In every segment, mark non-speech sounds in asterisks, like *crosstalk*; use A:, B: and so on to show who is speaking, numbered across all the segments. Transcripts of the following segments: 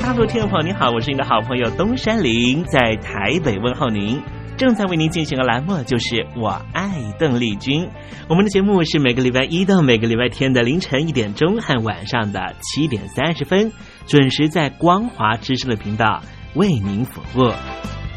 A: 大陆听众朋友，您好，我是您的好朋友东山林，在台北问候您。正在为您进行的栏目就是《我爱邓丽君》，我们的节目是每个礼拜一到每个礼拜天的凌晨一点钟和晚上的七点三十分准时在光华之声的频道为您服务。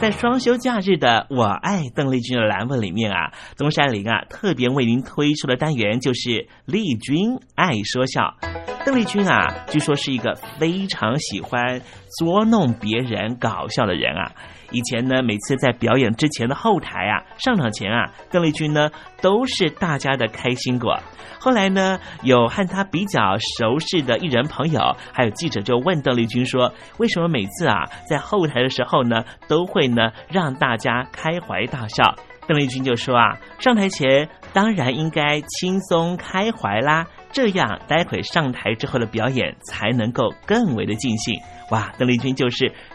A: 在双休假日的“我爱邓丽君”的栏目里面啊，东山林啊特别为您推出的单元就是“丽君爱说笑”。邓丽君啊，据说是一个非常喜欢捉弄别人、搞笑的人啊。以前呢，每次在表演之前的后台啊，上场前啊，邓丽君呢都是大家的开心果。后来呢，有和她比较熟识的艺人朋友，还有记者就问邓丽君说，为什么每次啊在后台的时候呢，都会呢让大家开怀大笑？邓丽君就说啊，上台前当然应该轻松开怀啦。这样，待会上台之后的表演才能够更为的尽兴。哇，邓丽君就是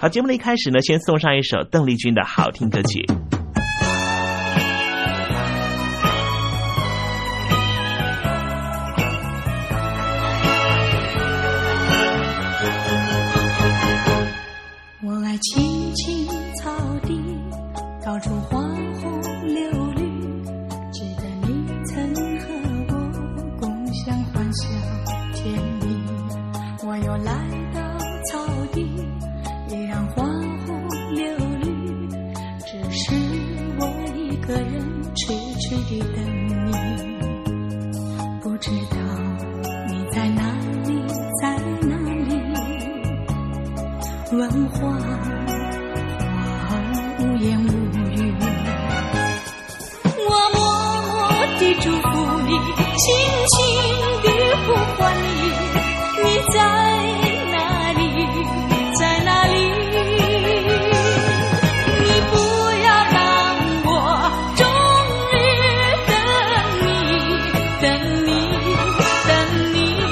A: 好，节目的一开始呢，先送上一首邓丽君的好听歌曲。
B: 我爱青青草地，到处花红柳绿，值得你曾和我共享欢笑甜蜜。我又来到草地，一样花红柳绿，只是我一个人痴痴地等你，不知道你在哪里，在哪里。问
C: 繁华，花儿无言无语。我默默地祝福你，轻轻地呼唤你，你在哪里，在哪里？你不要让我终日等你，等你，等你，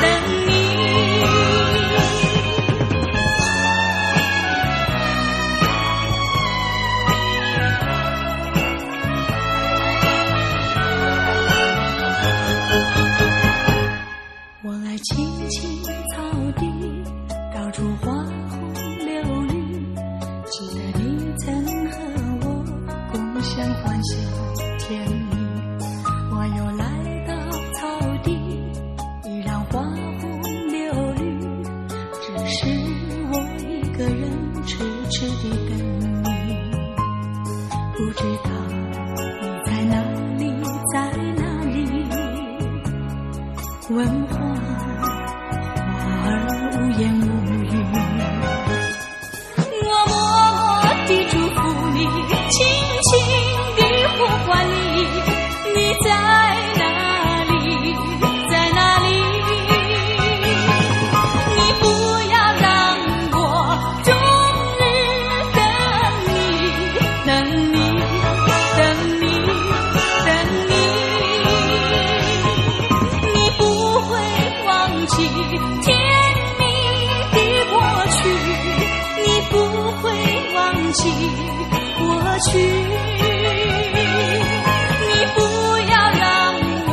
C: 等你。我爱青青草地，到处花红柳绿，值得你曾和我共享欢笑甜蜜。我又来到草地，依然花红柳绿，只是我一个人痴痴地等你，不知道你在哪里，在哪里。问花，花儿无言无语。我默默地祝福你，轻轻地呼唤你，你在哪里，在哪里？你不要让我终日等你，等你，等你，等你。你不会忘记甜蜜的过去，你不会忘记过去。你不要让我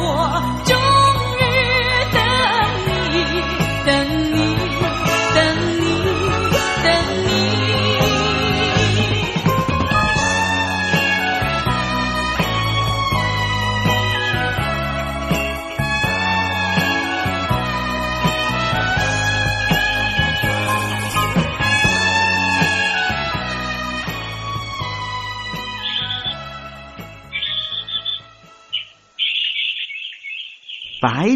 C: 终日等你，等你，等你，等你。
A: 百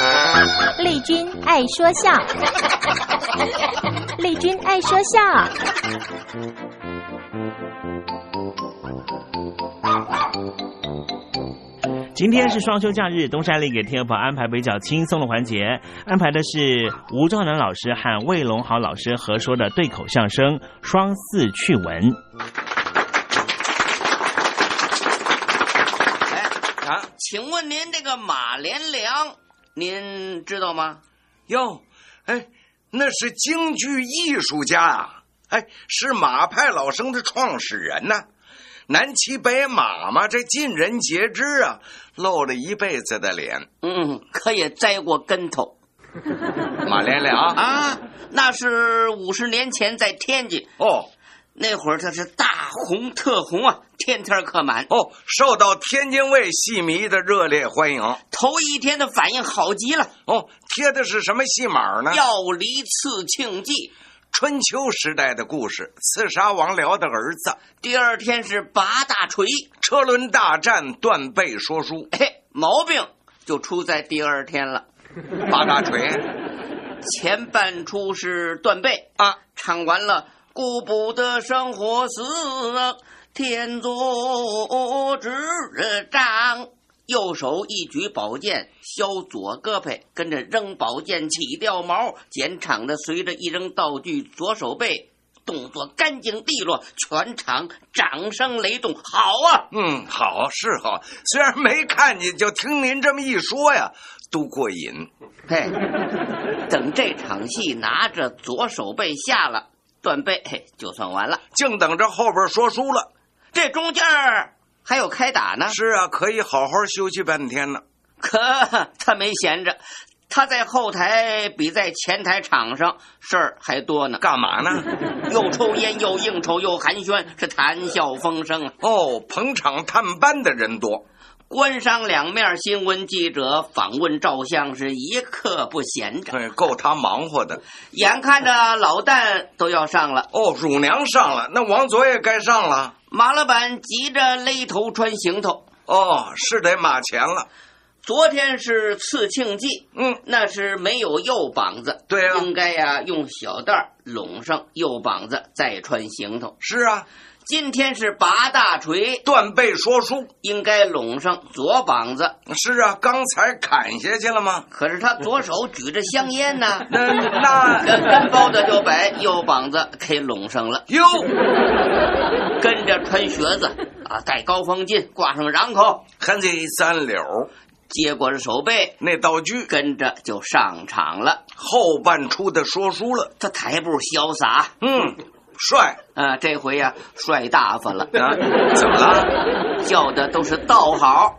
C: *laughs*
D: 丽君爱说笑，丽君爱说笑，
A: 今天是双休假日，东山里给天友宝安排比较轻松的环节，安排的是吴兆南老师和魏龙豪老师合说的对口相声《双四趣闻》。
E: 哎啊，请问您这个马连良，您知道吗？
F: 哟，哎，那是京剧艺术家啊，哎，是马派老生的创始人呐、南骑北马嘛，这尽人皆知啊，露了一辈子的脸。
E: 嗯，可也栽过跟头。
F: 马连良
E: 啊，那是五十年前在天津
F: 哦
E: 那会儿，他是大红特红啊，天天客满。
F: 哦，受到天津卫戏迷的热烈欢迎。
E: 头一天的反应好极了，
F: 哦，贴的是什么戏码呢？
E: 《药离刺庆记》。
F: 春秋时代的故事，刺杀王僚的儿子。
C: 第二天是拔大锤，
F: 车轮大战，断背说书。
C: 嘿，毛病就出在第二天了。
F: 拔大锤，
C: 前半出是断背
F: 啊，
C: 唱完了顾不得生活死啊，天作之章。右手一举宝剑，削左胳膊，跟着扔宝剑起掉毛，简场的随着一扔道具左手背，动作干净利落，全场掌声雷动，好啊！
F: 嗯，好是好，虽然没看见，就听您这么一说呀，都过瘾。
C: 嘿，等这场戏拿着左手背下了断背，嘿，就算完了。
F: 净等着后边说书了，
C: 这中间儿。还有开打呢？
F: 是啊，可以好好休息半天了。
C: 可他没闲着，他在后台比在前台场上事儿还多呢。
F: 干嘛呢？
C: 又抽烟，又应酬，又寒暄，是谈笑风生啊。
F: 哦，捧场探班的人多。
C: 官商两面新闻记者访问照相是一刻不闲着，
F: 对，哎够他忙活的。
C: 眼看着老旦都要上了，
F: 哦，乳娘上了，那王佐也该上了。
C: 马老板急着勒头穿行头，
F: 哦，是得马钱了。
C: 昨天是刺庆祭，
F: 嗯，
C: 那是没有右膀子，
F: 对啊，
C: 应该呀、啊、用小袋拢上右膀子，再穿行头。
F: 是啊，
C: 今天是拔大锤，
F: 断背说书，
C: 应该拢上左膀子。
F: 是啊，刚才砍下去了吗？
C: 可是他左手举着香烟呢、啊
F: *laughs* 那那
C: *laughs* 干包的就把右膀子给拢上了。
F: 哟，
C: 跟着穿靴子啊，戴高方巾，挂上瓤口，
F: 看这三绺。
C: 接过了手背，
F: 那道具
C: 跟着就上场了。
F: 后半出的说书了，
C: 他台步潇洒，
F: 嗯，帅
C: 啊！这回呀、啊，帅大发了
F: 啊！怎么了？
C: 叫的都是道好，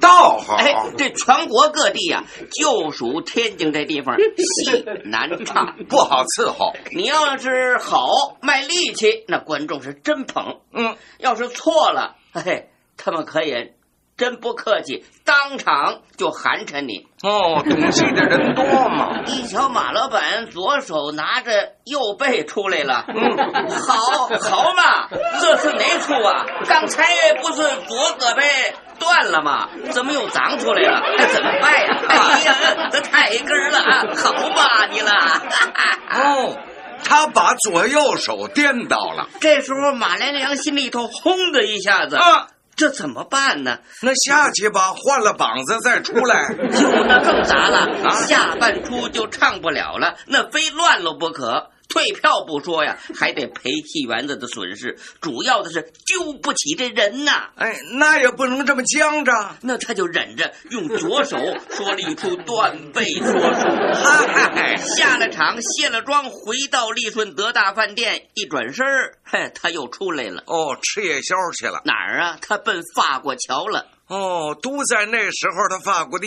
F: 道好！
C: 哎，这全国各地呀、啊，就属天津这地方戏难唱，
F: 不好伺候。
C: 你要是好卖力气，那观众是真捧；
F: 嗯，
C: 要是错了，嘿、哎，他们可以。真不客气，当场就寒碜你
F: 哦！懂戏的人多嘛？
C: 一瞧马老板左手拿着右背出来了，嗯， *laughs* 好好嘛，这是哪出啊？刚才不是左胳膊断了吗？怎么又长出来了？哎、怎么办呀、啊？哎呀，这太根了啊！好吧你了， *laughs* 啊
F: 哦。他把左右手颠倒了。
C: 这时候马连良心里头轰的一下子
F: 啊！
C: 这怎么办呢？
F: 那下去吧，换了膀子再出来，
C: *laughs* 就那更砸了啊！下半出就唱不了了，那非乱了不可。退票不说呀，还得赔戏园子的损失，主要的是揪不起这人呐、啊。
F: 哎，那也不能这么僵着，
C: 那他就忍着，用左手说了一出断背说书。 *laughs*
F: 嗨
C: 哎下了场，卸了妆，回到利顺德大饭店，一转身儿，嘿，他又出来了。
F: 哦，吃夜宵去了。
C: 哪儿啊？他奔法国桥了。
F: 哦，都在那时候的法国地，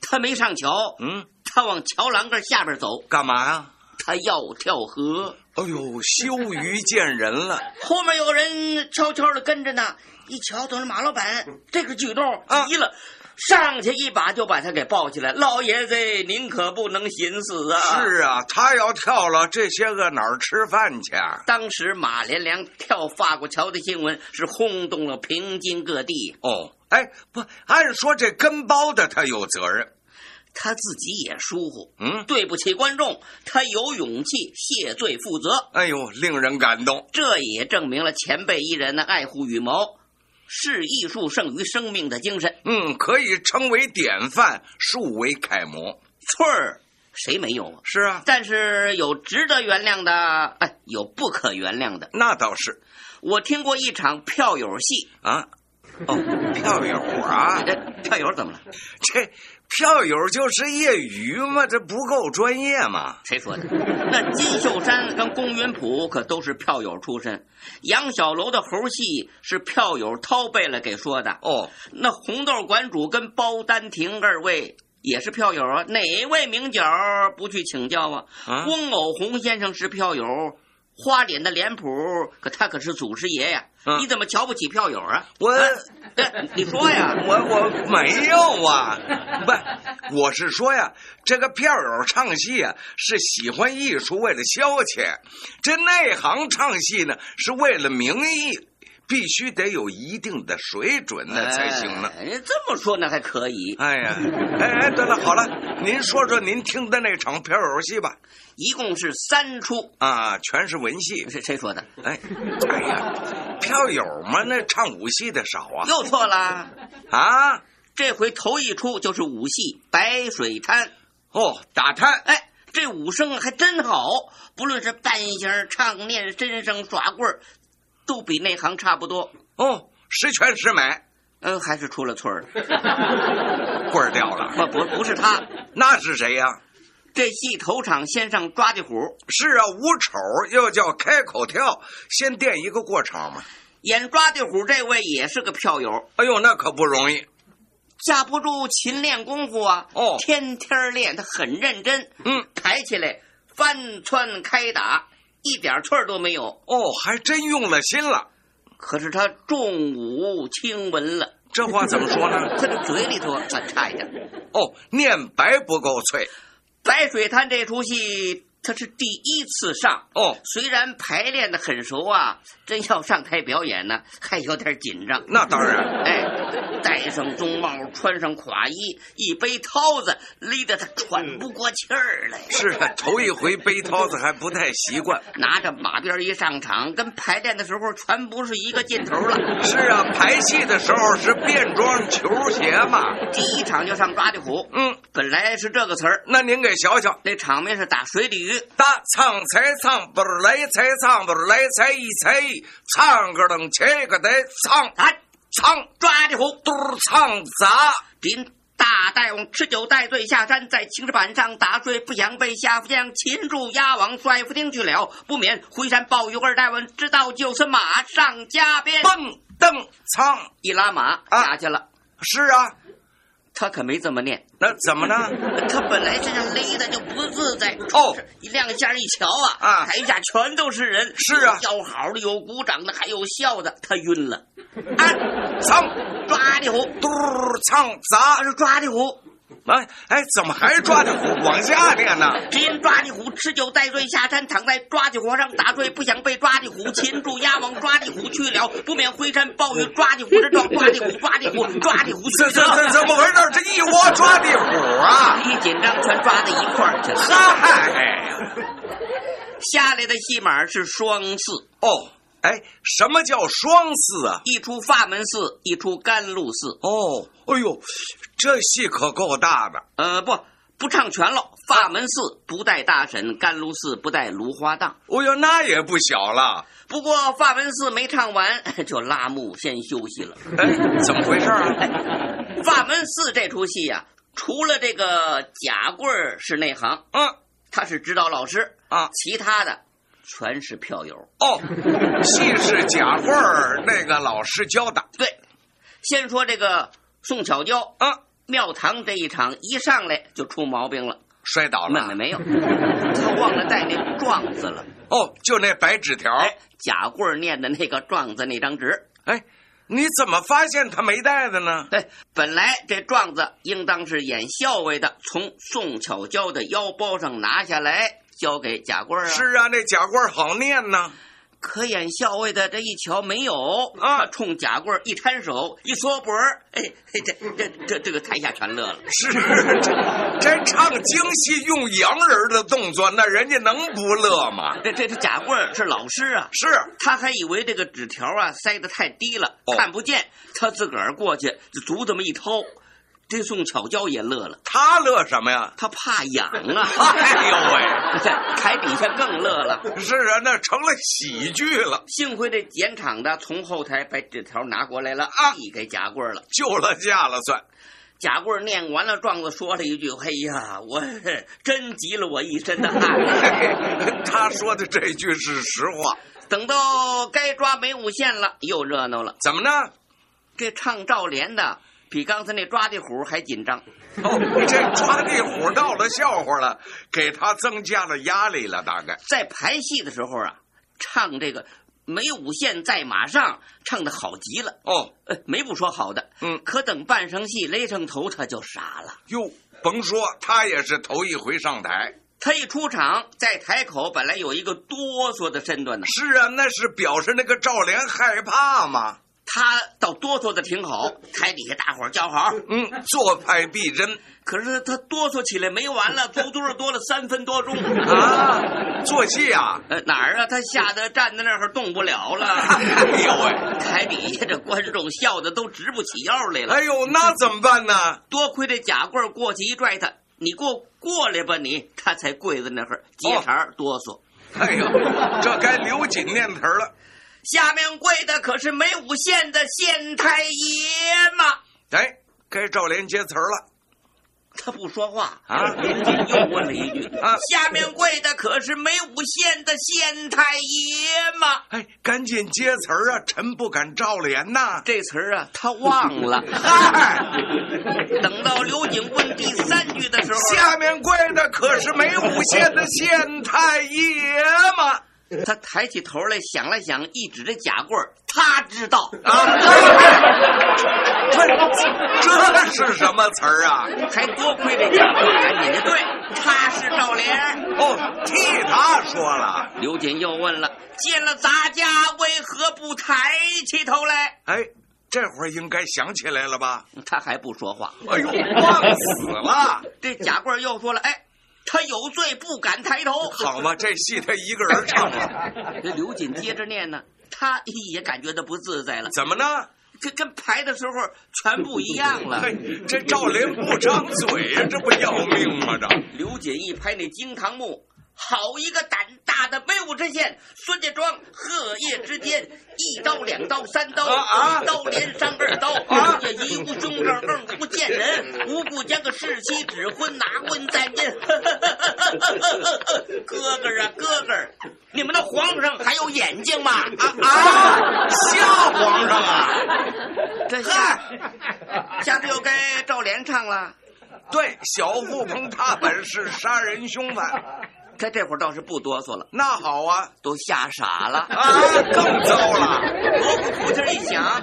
C: 他没上桥。
F: 嗯，
C: 他往桥栏杆下边走，
F: 干嘛呀、啊？
C: 他要跳河，
F: 哎呦，羞于见人了。
C: 后面有人悄悄的跟着呢，一瞧，等着马老板这个举动 *laughs* 急了、啊，上去一把就把他给抱起来。老爷子，您可不能寻死
F: 啊！是啊，他要跳了，这些个哪儿吃饭去？啊？
C: 当时马连良跳法国桥的新闻是轰动了平津各地。
F: 哦，哎，不，按说这跟包的他有责任。
C: 他自己也疏忽，
F: 嗯，
C: 对不起观众，他有勇气谢罪负责。
F: 哎呦，令人感动！
C: 这也证明了前辈艺人的爱护羽毛，是艺术胜于生命的精神。
F: 嗯，可以称为典范，树为楷模。
C: 翠儿，谁没有啊？
F: 是啊，
C: 但是有值得原谅的，哎，有不可原谅的。
F: 那倒是，
C: 我听过一场票友戏
F: 啊。哦，票友啊，
C: 这票友怎么了？
F: 这票友就是业余嘛，这不够专业嘛？
C: 谁说的？那金秀山跟龚云普可都是票友出身，杨小楼的猴戏是票友掏贝勒给说的。
F: 哦，
C: 那红豆馆主跟包丹亭二位也是票友啊，哪位名角不去请教啊？
F: 啊
C: 翁偶红先生是票友。花脸的脸谱，可他可是祖师爷呀！
F: 嗯
C: 你怎么瞧不起票友啊？
F: 我
C: 啊
F: 嗯
C: 哎你说呀，
F: 我我没有啊，不，我是说呀，这个票友唱戏啊是喜欢艺术，为了消遣；这内行唱戏呢是为了名义，必须得有一定的水准那才行呢。
C: 哎，这么说那还可以。
F: 哎呀，哎哎，对了，好了，您说说您听的那场票友戏吧？
C: 一共是三出，
F: 啊，全是文戏。
C: 是谁说的？
F: 哎，哎呀，票友嘛，那唱武戏的少啊。
C: 又错了。
F: 啊，
C: 这回头一出就是武戏《白水滩》。
F: 哦，打探。
C: 哎，这武生还真好，不论是扮相、唱念、身声、耍棍儿，都比内行差不多。
F: 哦，十全十美，
C: 嗯，还是出了错儿了。
F: 棍儿掉了。
C: 不不不是他，
F: 那是谁呀、
C: 这戏头场先上抓地虎，
F: 是啊，五丑又叫开口跳，先垫一个过场嘛。
C: 演抓地虎这位也是个票友，
F: 哎呦，那可不容易。
C: 架不住勤练功夫啊。
F: 哦
C: 天天练，他很认真。
F: 嗯，
C: 抬起来翻窜开打，一点错儿都没有。
F: 哦，还真用了心了。
C: 可是他重武轻文了，
F: 这话怎么说呢？
C: 他这嘴里头啊差一点。
F: 哦，念白不够脆。
C: 白水滩这出戏他是第一次上，
F: 哦，
C: 虽然排练的很熟啊，真要上台表演呢，还有点紧张。
F: 那当然。
C: 哎，戴上中帽，穿上垮衣，一背涛子，勒得他喘不过气儿来。
F: 是啊，头一回背涛子还不太习惯。
C: *laughs* 拿着马鞭一上场，跟排练的时候全不是一个劲头了。
F: 是啊，排戏的时候是便装球鞋嘛。
C: 第一场就上抓地虎，
F: 嗯，
C: 本来是这个词儿，
F: 那您给想想，
C: 那场面是打水里鱼。
F: 大唱才唱，不是来才唱，不是来才一才，唱个等切个得唱，
C: 哎，
F: 唱
C: 抓地虎，
F: 嘟唱砸。
C: 林大大王吃酒带醉下山，在青石板上打睡，不想被下夫将擒住押往帅府厅去了，不免回山抱鱼儿大王知道就是马上加鞭，
F: *laughs* 蹦蹬唱。
C: 一拉马
F: 啊
C: 下去了。
F: 是啊，
C: 他可没这么念，
F: 那怎
C: *laughs*
F: 么呢？
C: 他本来身上勒的就不自在，
F: 哦，
C: 一亮相一瞧啊，
F: 啊
C: 台下全都是人，
F: 是啊
C: 有叫好的，有鼓掌的，还有笑的，他晕了，啊，
F: 唱
C: 抓地虎，
F: 嘟唱砸。
C: 是抓地虎，
F: 哎哎，怎么还抓着往下练呢？
C: 只因抓地虎吃酒带醉下山，躺在抓地虎上打醉，不想被抓地虎擒住，押往抓地虎去了，不免回山暴雨抓地虎的撞，抓地虎抓地虎抓地虎
F: 这
C: 去
F: 这这
C: 了。
F: 怎么回事？这一窝抓地虎啊！
C: 一紧张，全抓到一块儿去了。
F: 嗨，
C: 下来的戏码是双四，
F: 哦，哎，什么叫双四啊？
C: 一出法门寺，一出甘露寺。
F: 哦，哎呦，这戏可够大的。
C: 呃，不，不唱全了。法门寺不带大婶，甘露寺不带芦花荡。
F: 哦呦，那也不小了。
C: 不过法门寺没唱完 *laughs* 就拉幕，先休息
F: *laughs*
C: 了。
F: 哎，怎么回事啊？
C: 法门寺这出戏呀、除了这个贾贵儿是内行，
F: 嗯
C: 他是指导老师，
F: 啊，
C: 其他的全是票友。
F: 哦，戏是贾贵儿那个老师教的。
C: 对，先说这个宋巧娇，
F: 啊，
C: 庙堂这一场一上来就出毛病了，
F: 摔倒
C: 没没
F: 了。
C: 没有，他忘了带那状子了。
F: 哦，就那白纸条。
C: 哎，贾贵儿念的那个状子那张纸，
F: 哎，你怎么发现他没带的呢？
C: 哎，本来这状子应当是演校尉的，从宋巧娇的腰包上拿下来交给贾贵儿啊。
F: 是啊，那贾罐好念呢。
C: 可眼校尉的这一瞧没有
F: 啊
C: 他冲贾贵儿一摊手，一缩脖儿，哎，嘿这这这这个台下全乐了。
F: 是，这这唱京戏用洋人的动作，那人家能不乐吗？
C: 这这这贾贵儿是老师啊，
F: 是，
C: 他还以为这个纸条啊塞得太低了，
F: 哦
C: 看不见，他自个儿过去就足这么一掏，这宋巧娇也乐了，
F: 他乐什么呀？
C: 他怕痒啊，
F: 哎呦
C: *laughs*
F: 喂！
C: 这台底下更乐了。
F: 是啊，那成了喜剧了，
C: 幸亏这检场的从后台把纸条拿过来了，递给贾贵儿了。
F: 救了驾了算。 *laughs*
C: 贾贵儿念完了状子，说了一句：“哎呀，我真急了我一身的汗。
F: *laughs* 他说的这句是实话，”
C: 等到该抓梅五线了，又热闹了。
F: 怎么呢？
C: 这唱赵连的比刚才那抓地虎还紧张。
F: 哦，这抓地虎闹了笑话了，给他增加了压力了，大概。
C: 在排戏的时候啊，唱这个没五线在马上，唱的好极了。
F: 哦，
C: 呃没不说好的，
F: 嗯，
C: 可等扮上戏勒上头，他就傻了。
F: 哟，甭说，他也是头一回上台。
C: 他一出场，在台口本来有一个哆嗦的身段呢，
F: 是啊，那是表示那个赵莲害怕嘛。
C: 他倒哆嗦的挺好，台底下大伙儿叫好。
F: 嗯，做派必争
C: 可是他哆嗦起来没完了，足足是哆了三分多钟啊！
F: 啊，做戏啊，
C: 呃，哪儿啊？他吓得站在那儿动不了了。
F: 哎呦喂，
C: 台底下这观众笑的都直不起腰来了。
F: 哎呦，那怎么办呢？
C: 多亏这假棍儿过去一拽他，你给我过来吧你！他才跪在那儿
F: 哦
C: 接茬儿哆嗦。
F: 哎呦，这该刘瑾念词儿了。
C: 下面跪的可是没五线的县太爷嘛，
F: 哎，该赵莲接词儿了。
C: 他不说话
F: 啊
C: 连紧又问了一句
F: 啊
C: 下面跪的可是没五线的县太爷嘛。
F: 哎，赶紧接词儿啊！臣不敢赵莲呐。
C: 这词儿啊，他忘
F: *laughs*
C: 了。
F: 嗨，
C: 等到刘瑾问第三句的时候，啊
F: 下面跪的可是没五线的县太爷嘛。
C: 他抬起头来想了想，一指这假棍儿，他知道
F: 啊， *laughs* 这这是什么词儿啊？
C: 还多亏这假棍儿赶紧的，对，他是赵莲。
F: 哦，替他说了。
C: 刘瑾又问了：“见了咱家为何不抬起头来
F: 哎，这会儿应该想起来了吧？？”
C: 他还不说话。
F: 哎呦，忘死了！
C: 这假棍儿又说了：“哎，他有罪，不敢抬头。”
F: *laughs* 好嘛，这戏他一个人唱了，
C: 这刘瑾接着念呢，他也感觉到不自在了，
F: 怎么呢？
C: 这跟排的时候全不一样了。
F: 嘿，这赵林不张嘴呀，这不要命吗？这
C: 刘瑾一拍那惊堂木，好一个胆大的威武之县！孙家庄荷叶之间，一刀、两刀、三刀，
F: 啊啊
C: 一刀连伤二刀，
F: 啊
C: 也一无兄长，更不见人，无故将个世袭指婚，拿棍在您。 *laughs* 哥哥啊，哥哥儿，你们的皇上还有眼睛吗？啊啊！
F: 瞎皇上啊！
C: 这下下次又该赵连唱了。
F: 对，小富鹏他本是杀人凶犯，
C: 他这会儿倒是不哆嗦了。
F: 那好啊
C: 都吓傻 *laughs* 了
F: 啊，更糟了！
C: 锣鼓鼓劲儿一响，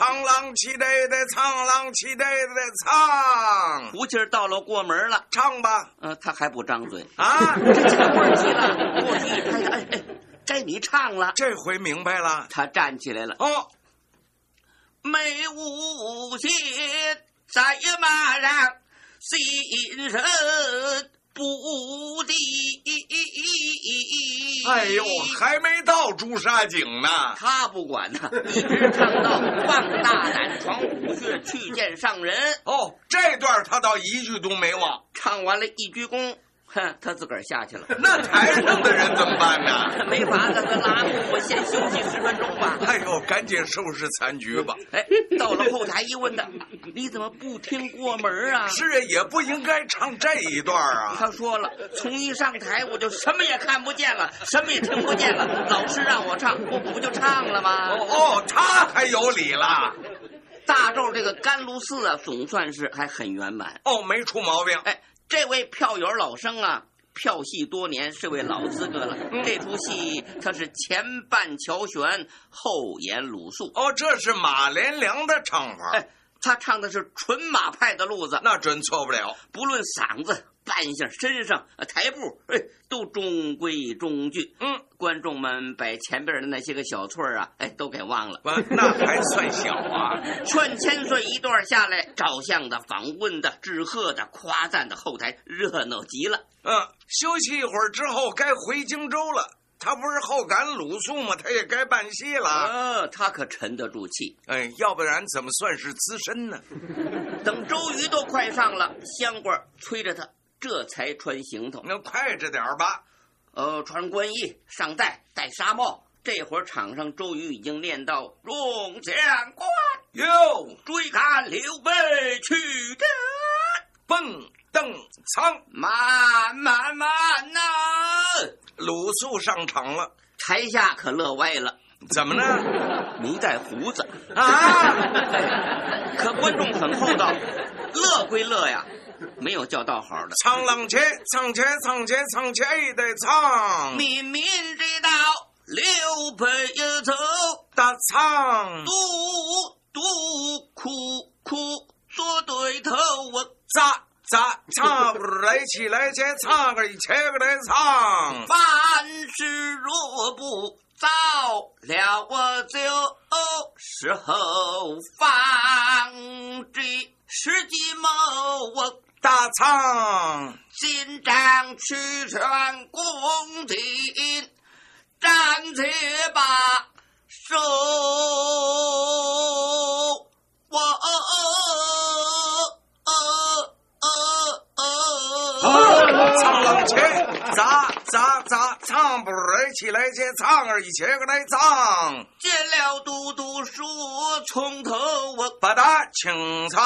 F: 苍狼起得的，苍狼起得的，苍
C: 胡琴儿到了过门了，
F: 唱吧
C: 呃，他还不张嘴，
F: 啊！
C: 这会儿急了，过去一拍他，哎哎，该你唱了。
F: 这回明白了
C: 他站起来了，
F: 哦，
C: 没无心在马上，心神不定。
F: 哎
C: *laughs*
F: 呦，还没到朱砂井呢。
C: 他不管呢，一直唱到放大胆闯虎穴，去见上人。
F: 哦，这段他倒一句都没忘。
C: 唱完了一鞠躬，哼，他自个儿下
F: *laughs*
C: 去了。
F: 那台上的人怎么办呢？
C: 没法子，他拉幕，我先休息十分钟吧。
F: 哎呦，赶紧收拾残局吧！
C: 哎，到了后台一问他，你怎么不听过门啊？
F: 是啊，也不应该唱这一段啊。
C: 他说了，从一上台我就什么也看不见了，什么也听不见了。老师让我唱，我不就唱了吗？
F: 哦哦，他还有理了。
C: 大咒这个甘露寺啊，总算是还很圆满。
F: 哦，没出毛病。
C: 哎，这位票友老生啊，票戏多年，是位老资格了。
F: 嗯
C: 这出戏他是前半乔玄，后演鲁肃。
F: 哦，这是马连良的唱法，
C: 哎，他唱的是纯马派的路子，
F: 那准错不了。
C: 不论嗓子、扮相、身上、呃台步，哎，都中规中矩。
F: 嗯，
C: 观众们把前边的那些个小错儿啊，哎，都给忘了。
F: 完，啊那还算小啊。
C: 劝千岁一段下来，照相的、访问的、致贺的、夸赞的，后台热闹极了。
F: 嗯，休息一会儿之后该回荆州了。他不是后赶鲁肃吗？他也该办戏了。
C: 啊，他可沉得住气。
F: 哎，要不然怎么算是资深呢？
C: 等周瑜都快上了，香官催着他，这才穿行头。
F: 那快着点儿吧。
C: 呃，穿官衣，上带，戴纱帽。这会儿场上，周瑜已经练到众将官
F: 哟，
C: 追赶刘备去战，
F: 蹦邓仓，
C: 慢慢慢呐、
F: 鲁肃上场了，
C: 台下可乐歪了，
F: 怎么呢？
C: 没带胡子，
F: 啊，
C: 可观众很厚道，乐归乐呀，没有叫道好的。
F: 苍狼切，苍切，苍切，苍切的苍。
C: 明明知道刘备走
F: 大仓，
C: 独独苦苦做对头啊，
F: 咋咋唱不来起来先唱个，切个来唱，
C: 凡事若不早了，我就是后方知时机谋我。
F: 大仓，
C: 金帐赤泉宫廷，暂且把手我。
F: 唱冷切，咋咋咋唱不来起来先唱个，切个来唱，
C: 见了嘟嘟说从头我。
F: 把它请唱。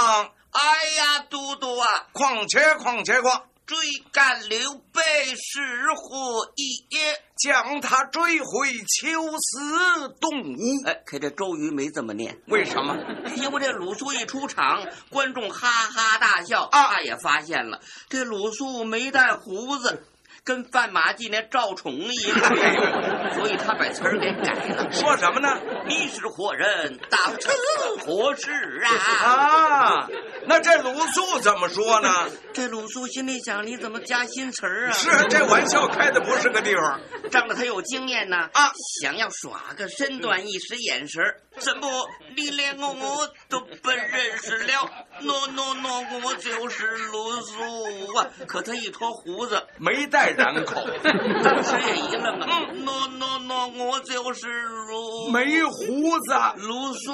C: 哎呀，嘟嘟啊，
F: 况且况且况，
C: 追赶刘备是火一夜，
F: 将他追回秋思洞屋。
C: 哎，可这周瑜没这么念，
F: 为什么？
C: 因为这鲁肃一出场，观众哈哈大笑。
F: 啊
C: 他也发现了，这鲁肃没带胡子。跟范马季那赵崇一
F: *laughs* 哎
C: 样，所以他把词儿给改了。
F: 说什么呢？
C: 你是活人，当成活事啊！
F: 啊，那这鲁肃怎么说呢？
C: 这鲁肃心里想：你怎么加新词儿啊？
F: 是啊这玩笑开的不是个地方。
C: 仗着他有经验呐
F: 啊
C: 想要耍个身段，一时眼神儿怎不？你连我我都不认识
F: *laughs*
C: 了，no no no，我就是鲁肃啊！可他一脱胡子，
F: 没带染口，
C: 当时也一愣啊，no no no，我就是鲁
F: 嗯没胡子，
C: 鲁肃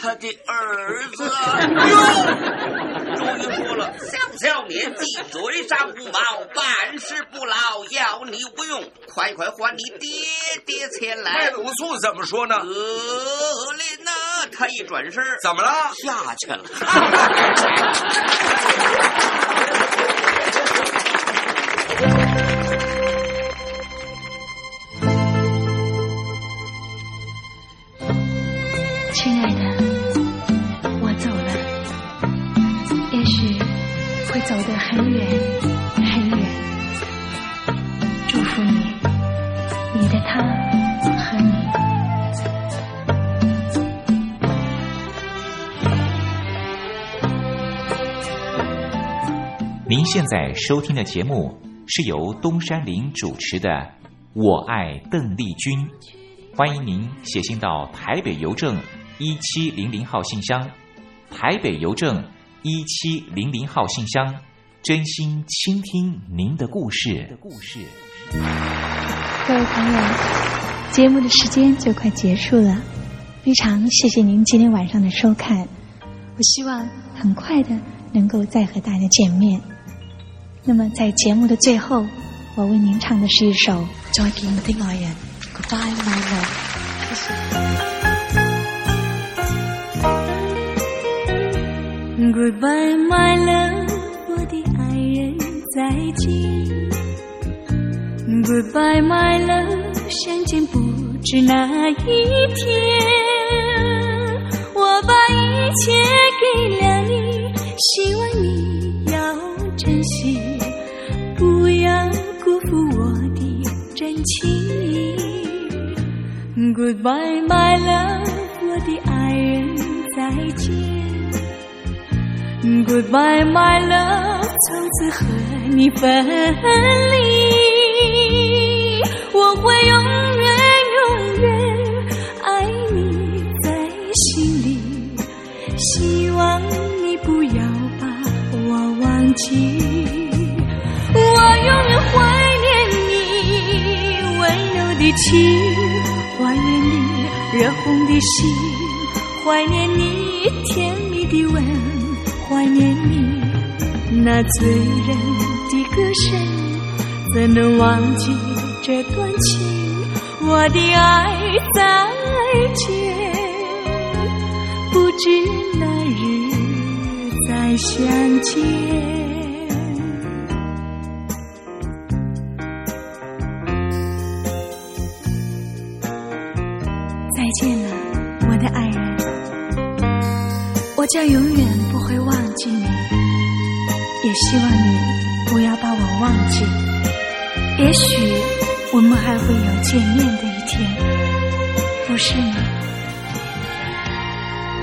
C: 他的儿子。哟，终于说了，小小年纪嘴上无毛，办事不牢，要你无用，快快还你爹爹钱
F: 那
C: 来。
F: 鲁肃怎么说呢？
C: 呃林呐，他一转身儿
F: 怎么了？
C: 下去了。
G: 亲爱的，我走了，也许会走得很远很远。祝福你，你的他和你。
H: 您现在收听的节目是由东山林主持的《我爱邓丽君》，欢迎您写信到台北邮政一七零零号信箱，台北邮政一七零零号信箱，真心倾听您的故事。故事。
G: 各位朋友，节目的时间就快结束了，非常谢谢您今天晚上的收看，我希望很快的能够再和大家见面。那么在节目的最后，我为您唱的是一首《再见我的爱人》，Goodbye my love。
B: Goodbye my love，我的爱人再见。Goodbye my love，相见不知哪一天。我把一切给了你，希望你要珍惜，不要辜负我的真情。Goodbye my love，我的爱人再见。Goodbye, my love，从此和你分离。我会永远永远爱你在心里，希望你不要把我忘记。我永远怀念你温柔的情，怀念你热红的心，怀念你甜蜜的吻。怀念你那醉人的歌声，怎能忘记这段情？我的爱，再见，不知哪日再相见。
G: 再见了，我的爱人，我将永远不会忘记你，也希望你不要把我忘记。也许我们还会有见面的一天。是你。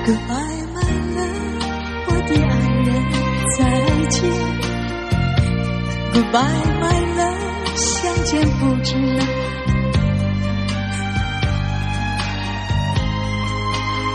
G: Goodbye my love，我的爱人，再见。Goodbye my love，相见不知。